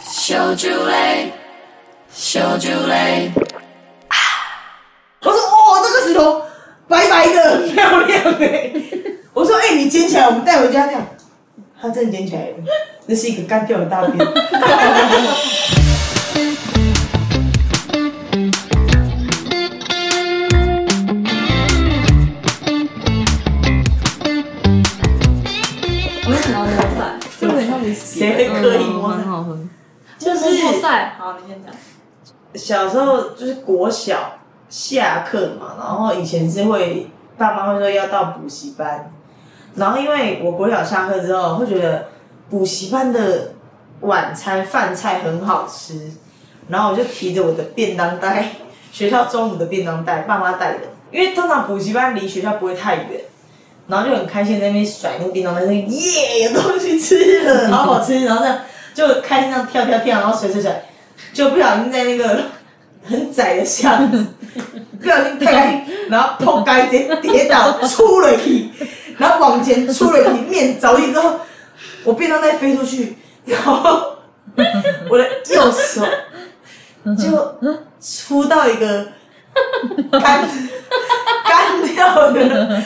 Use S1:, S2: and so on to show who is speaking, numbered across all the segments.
S1: 小酒类，小酒类，
S2: 我说哦，这个石头白白的，很漂亮哎、我说哎、你捡起来，我们带回家这样。他真的捡起来了，那是一个干掉 的大便。
S3: 我为什么要摸塞？
S4: 这个很像威士忌，
S2: 谁会刻意摸
S4: 很
S2: 它？
S4: 好喝。
S2: 就是
S3: 摸塞，好，你先讲。
S2: 小时候就是国小下课嘛，然后以前是会爸妈会说要到补习班，然后因为我国小下课之后会觉得补习班的晚餐饭菜很好吃，然后我就提着我的便当袋，学校中午的便当袋，爸妈带的，因为通常补习班离学校不会太远。然后就很开心在那边 甩那个便当袋，说耶有东西吃了，好好吃，然后这样就开心这样跳跳跳，然后甩甩甩，就不小心在那个 很窄的巷子，不小心太开心，然后碰街直接跌倒，出了去，然后往前出了去，面着地之后，我便当袋飞出去，然后我的右手就出到一个干干掉的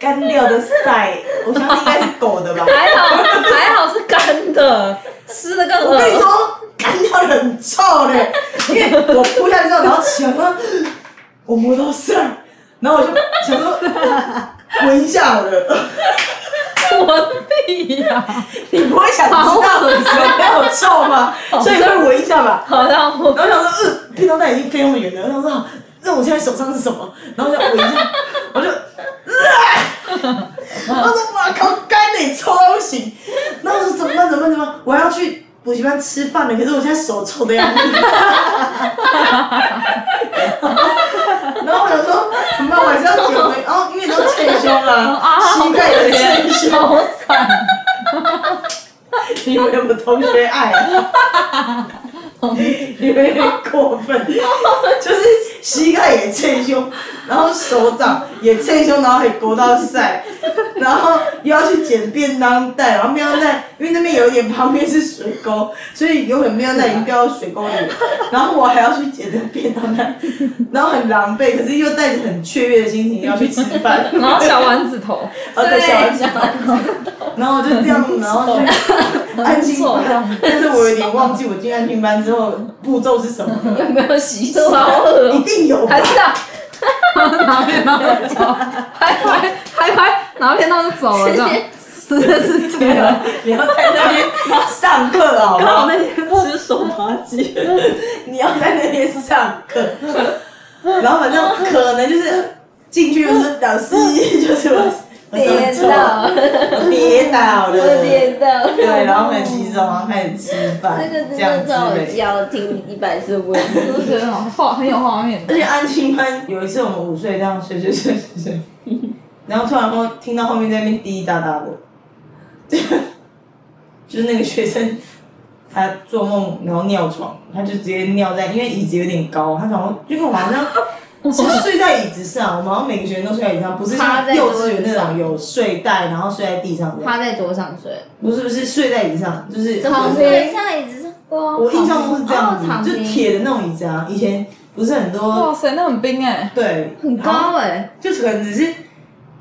S2: 干掉的塞，我相信应该是狗的吧。
S3: 还好，还好是干的，湿的更
S2: 我跟你
S3: 恶。
S2: 说，干掉的很臭嘞，因为我扑下去之后，然后起来说，我摸到事儿，然后我就想说，闻一下好了，
S4: 我屁呀！
S2: 你不会想知道有没有臭吗？所以会闻一下吧。
S4: 好让我
S2: 然后想说，呃，便当袋已经飞那么远了，然后说，啊那我现在手上是什么？然后就闻一下，我就，呃、我 说哇靠，干的臭到不行。然后我说怎么办？怎么办？怎么办？我要去补习班吃饭了，可是我现在手臭的样子。 然后我想说，怎么办？晚上减肥，然后因为都捶胸 了，
S4: 啊，
S2: 膝盖也捶胸。
S4: 好惨，
S2: 你们有没有同学爱、啊？你们有点过分， 就是膝盖也捶胸，然后手掌也捶胸，然后还勾到晒， 然后又要去捡便当袋，然后便当袋因为那边有一点旁边是水沟，所以永远便当袋已经掉到水沟里， 然后我还要去捡那个便当袋，然后很狼狈，可是又带着很雀跃的心情要去吃饭，
S4: 然后小丸子头，
S2: 然后再啊小孩子
S3: 对
S2: 然后我就这样，然后去安静班，但是我有点忘记我进安静班之后步骤是什么了，
S3: 有没有洗手？
S4: 好恶
S2: 一定有吧
S4: 还？是这样，拿面包就走，拍拍拍拍，拿面包就走了，这样，真的是这样。
S2: 你要在那边上课了好不
S1: 刚好
S2: 好？
S1: 那天吃手扒鸡，
S2: 你要在那边上课，然后反正可能就是进去就是老师就是我我怎么
S3: 跌
S2: 做
S3: 倒，
S2: 我跌倒
S3: 我
S2: 了，
S3: 跌倒。
S2: 对，然后很洗手，然后开始吃饭
S3: 这个，
S2: 这
S3: 真
S2: 样
S3: 的
S2: 子
S3: 超
S2: 类的。
S3: 教，听一百次我也
S4: 我就觉得好画很有画面
S2: 而，且安亲班有一次我们午睡这样睡睡睡睡睡， 然后突然后听到后面在那边滴滴答答的， 就是那个学生他做梦然后尿床，他就直接尿在，因为椅子有点高，他想说，因为我们好 像。是睡在椅子上，我们好像每个学生都睡在椅子上，不是
S3: 趴
S2: 像
S3: 在
S2: 幼
S3: 桌
S2: 稚
S3: 子
S2: 园那种
S3: 上
S2: 有睡袋，然后睡在地上的，
S3: 趴在桌上睡，
S2: 不是不是睡在椅子上，就是
S3: 躺在上椅子上，哇
S2: 我印象中是这样
S3: 哦躺
S2: 子，
S3: 平
S2: 就铁的那种椅子啊，以前不是很多
S4: 哇塞，那很冰哎，
S2: 对，
S3: 很
S2: 欸
S3: 高哎，
S2: 就可能只是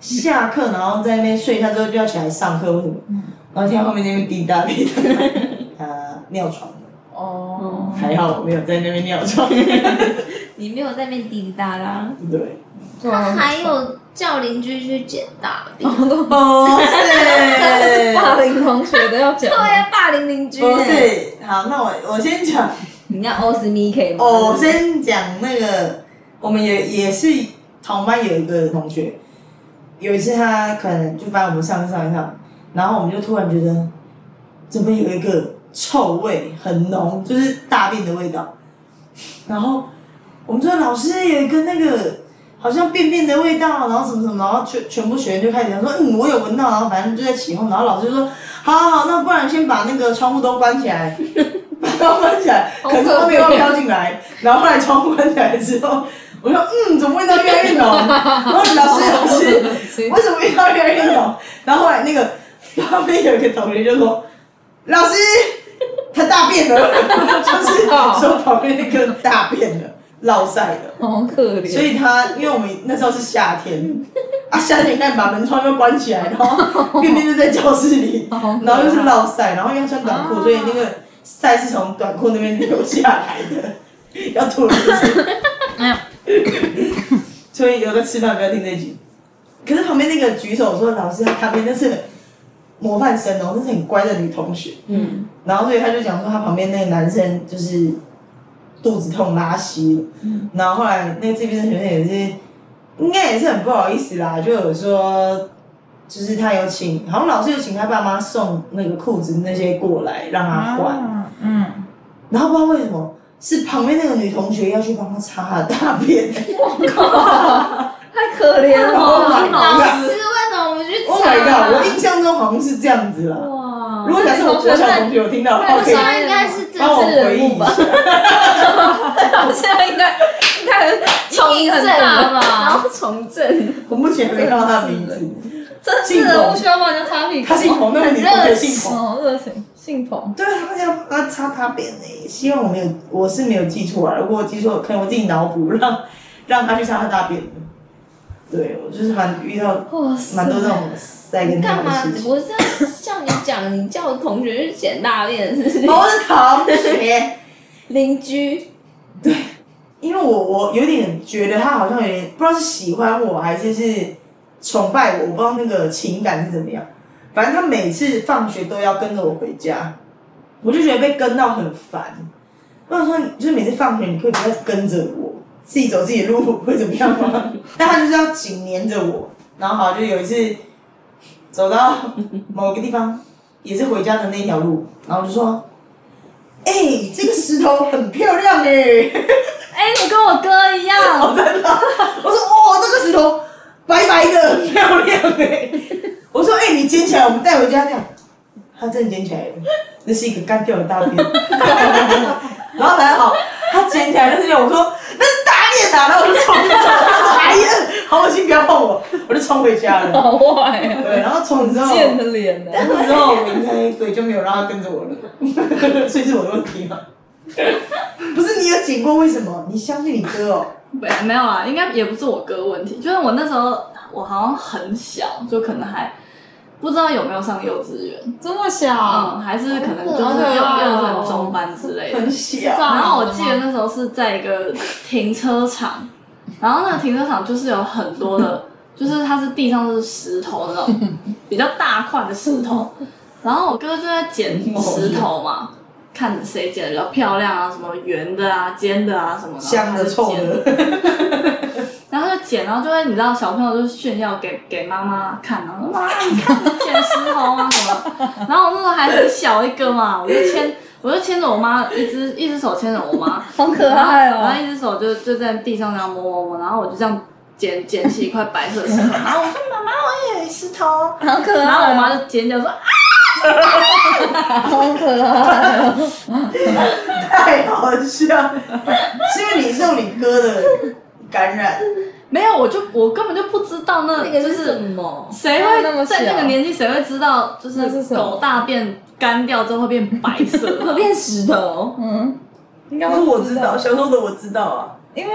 S2: 下课，然后在那边睡一下之后就要起来上课，为什么？然后听到后面那边滴答滴答，啊，尿床了，
S4: 哦，
S2: 还好我没有在那边尿 床。对，
S3: 你没有在那边滴滴答答。
S4: 对
S3: 他
S4: 啊，
S3: 还有叫邻居去捡大便，
S5: 哦
S2: 不哦 是，
S4: 霸凌同学的要讲，
S5: 啊
S3: 对呀，霸凌邻居。
S2: 不，是。好，那我我先讲，
S3: 你要欧斯米 K 吗？
S2: 我哦先讲那个，我们也也是同班有一个同学，有一次他可能就把我们上课上一上，然后我们就突然觉得怎么有一个臭味很浓，就是大便的味道。然后我们说老师有一个那个好像便便的味道，然后什么什么，然后全全部学员就开始讲说，嗯，我有闻到，然后反正就在起哄，然后老师就说，好好好，那不然先把那个窗户都关起来， 把窗户关起来，
S4: 好
S2: 可是
S4: 可
S2: 后面又
S4: 怜
S2: 飘进来，然后后来窗户关起来之后，我说，嗯，怎么味道越来越浓？然后老师老师。为什么越到越来越浓？然后后来那个旁边有一个同学就说：“老师，他大便了，就是
S4: 哦
S2: 说旁边那个大便了，落晒了。
S4: 好可
S3: 哦
S4: 怜。
S2: 所以他，因为我们那时候是夏天，啊，夏天你看把门窗又关起来，然后便便就在教室里，
S4: 好
S2: 然后又是落晒，然后又要穿短裤，所以那个晒是从短裤那边流下来的， 要吐了就是。
S4: 哎呀，
S2: 所以有在吃饭不要听这句。可是旁边那个举手说老师他旁边那是模范生哦，那是很乖的女同学，
S3: 嗯，
S2: 然后所以他就讲说他旁边那个男生就是肚子痛拉稀了，
S5: 嗯
S2: 然后后来那个这边的学生也是应该也是很不好意思啦，就有说就是他有请，好像老师有请他爸妈送那个裤子那些过来让他换，
S4: 啊嗯，
S2: 然后不知道为什么是旁边那个女同学要去帮他擦他的大 便，
S3: 太可怜
S2: 好
S3: 了。
S2: 老
S5: 老
S2: 师
S5: 师为什么不去
S2: Oh my god！我印
S5: 查？
S2: 象中好像是这样子啦。
S3: 哇
S2: 如果假设我国小同学有听到的话，
S5: 那
S2: 可
S5: 时
S2: 以
S5: 候应该是政
S2: 帮我
S5: 治
S2: 回
S5: 人
S2: 忆
S5: 物
S2: 一
S5: 吧
S2: 下，。
S3: 我现在应该应该
S4: 冲音很大
S5: 吧
S4: 吧？
S5: 然后从政，
S2: 我目前还没看到他的名字。
S4: 政
S2: 姓
S4: 治人物
S2: 彭
S4: 需要帮人家擦屁股，
S2: 他姓彭，那个女同学姓彭。
S4: 哦，热情，姓彭。
S2: 对啊，他要帮他擦擦边呢。希望我没有，我是没有记错啊。如果我记错，可能我自己脑补，让让他去擦他大便的。对，我就是蛮遇到
S4: 哇塞
S2: 蛮多这种塞跟他
S5: 干
S2: 的
S5: 嘛？
S2: 事情。
S5: 我是要像你讲，你叫我同学去捡大便的事情。
S2: 我是同学，
S5: 邻居，
S2: 因为我我有点觉得他好像有点不知道是喜欢我还是是崇拜我，我不知道那个情感是怎么样。反正他每次放学都要跟着我回家，我就觉得被跟到很烦。我想说，就是每次放学你可以不要跟着我，自己走自己的路会怎么样吗？ 但他就是要紧黏着我。然后好，就有一次走到 某个地方，也是回家的那条路，然后我就说：“哎、这个石头很漂亮哎、
S4: 哎，你跟我哥一
S2: 哦
S4: 样，
S2: 我说哦，这个石头白白的，很漂亮哎、我说哎、你捡起来，我们带回家这样。他真的捡起来了，那是一个干掉的大便。 然后还好，他捡起来那是我说那是大便啊，然后我就冲走。他说哎呀，好恶心，不要碰我，我就冲回家了。
S4: 好坏啊，
S2: 对，然后冲之后，
S4: 贱的脸啊呢？
S2: 那时候我应该对就没有让他跟着我了，所以是我的问题嘛。不是你有捡过，为什么？你相信你哥哦？
S4: 没没有啊啦，应该也不是我哥问题，就是我那时候我好像很小，就可能还不知道有没有上幼稚园，
S3: 这么小，
S4: 嗯，还是可能就是
S5: 好
S4: 幼
S5: 可
S4: 幼
S5: 爱
S4: 稚
S5: 哦
S4: 园中班之类的。
S2: 很小，
S4: 然后我记得那时候是在一个停车场，然后那个停车场就是有很多的，就是它是地上都是石头那种比较大块的石头，然后我哥就在捡石头嘛，看谁捡的比较漂亮啊，什么圆的啊、尖的啊什么，
S2: 香的、臭
S4: 的。
S2: 的。
S4: 然后就捡，然后就会你知道小朋友就炫耀给给妈妈看，然后说妈你看你捡石头啊什么，然后我那时候还很小一个嘛，我就牵我就牵着我妈，一只一只手牵着我妈，
S3: 好可爱
S4: 然后
S3: 哦。
S4: 一只手就就在地上这样摸摸摸，然后我就这样捡捡起一块白色的石头，然
S2: 啊
S4: 后我说妈妈我也有石头，
S3: 好可爱哦，
S4: 然后我妈就尖叫说啊，
S3: 好可爱哦，
S2: 太好笑，是因为你受你哥的感染，
S4: 没有，我就我根本就不知道那
S5: 那个
S4: 就是
S5: 什
S4: 是
S5: 么？
S4: 谁
S3: 那么
S4: 会
S3: 小
S4: 在那个年纪谁会知道就
S3: 那是什
S4: 是
S3: 么
S4: 狗大便干掉之后会变白色的。
S5: 变石头？
S3: 嗯，应该
S2: 可
S3: 会
S2: 是我知道，小时候的我知道啊。
S3: 因为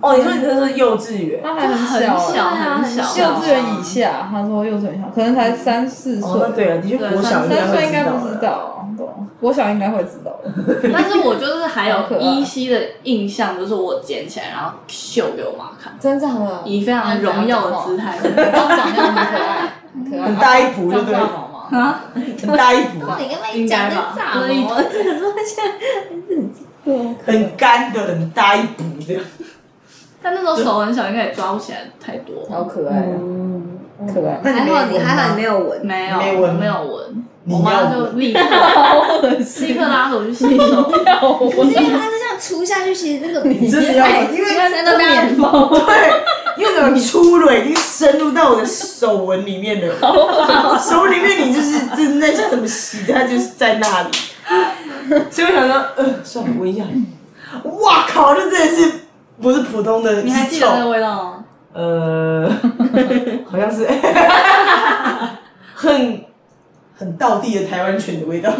S2: 哦，你说你那时候幼稚园，
S3: 他还
S4: 就 很
S3: 小欸，
S4: 小
S5: 对啊
S4: 很
S5: 很
S4: 小，
S3: 幼稚园以下，他说幼稚园以下，可能才三四
S2: 哦，那
S3: 岁，
S2: 对了，的确
S4: 对
S2: 国小应该
S3: 三
S2: 会
S3: 岁应该不
S2: 知
S3: 知
S2: 道了。
S3: 道，懂？我小应该会知道的。
S4: 但是我就是还
S3: 好可
S4: 有
S3: 爱
S4: 依稀的印象，就是我捡起来然后秀给我妈看，
S3: 真假 的？
S4: 以非常荣耀的姿态。
S3: 刚长得很可爱，很可爱，
S2: 很大一蹼就
S3: 张
S2: 对
S3: 大
S2: 了，
S3: 毛吗？
S4: 啊，
S2: 很大一蹼，
S5: 你跟他一讲就炸毛，
S4: 应该吧
S5: 我这个说现在
S3: 对，
S2: 很干的，很大一蹼的。
S4: 但那时候手很小，应该也抓不起来太多。
S3: 好可爱啊，
S5: 嗯，
S3: 可爱。
S2: 那你
S5: 还
S2: 没
S5: 好你
S2: 闻吗
S5: 还好你没有闻，
S4: 没有，
S2: 没闻
S4: 没有闻。
S2: 你
S4: 我妈
S2: 要
S4: 就
S2: 闻
S4: 立 刻立刻拉着我去洗手。
S5: 因为它是这样出下去，其实那个
S2: 你真的
S4: 哎
S2: 要闻，因为
S5: 真的面 包，
S2: 对，因为那种粗蕊已经深入到我的手纹里面 了， 手里面你就是真的是怎么洗，它就是在那里。所以我想说，呃，算了，闻一下。哇靠，那真的是不是普通的？
S4: 你还记得那个味道吗？
S2: 呃， 好像是， 很很道地的台湾犬的味道。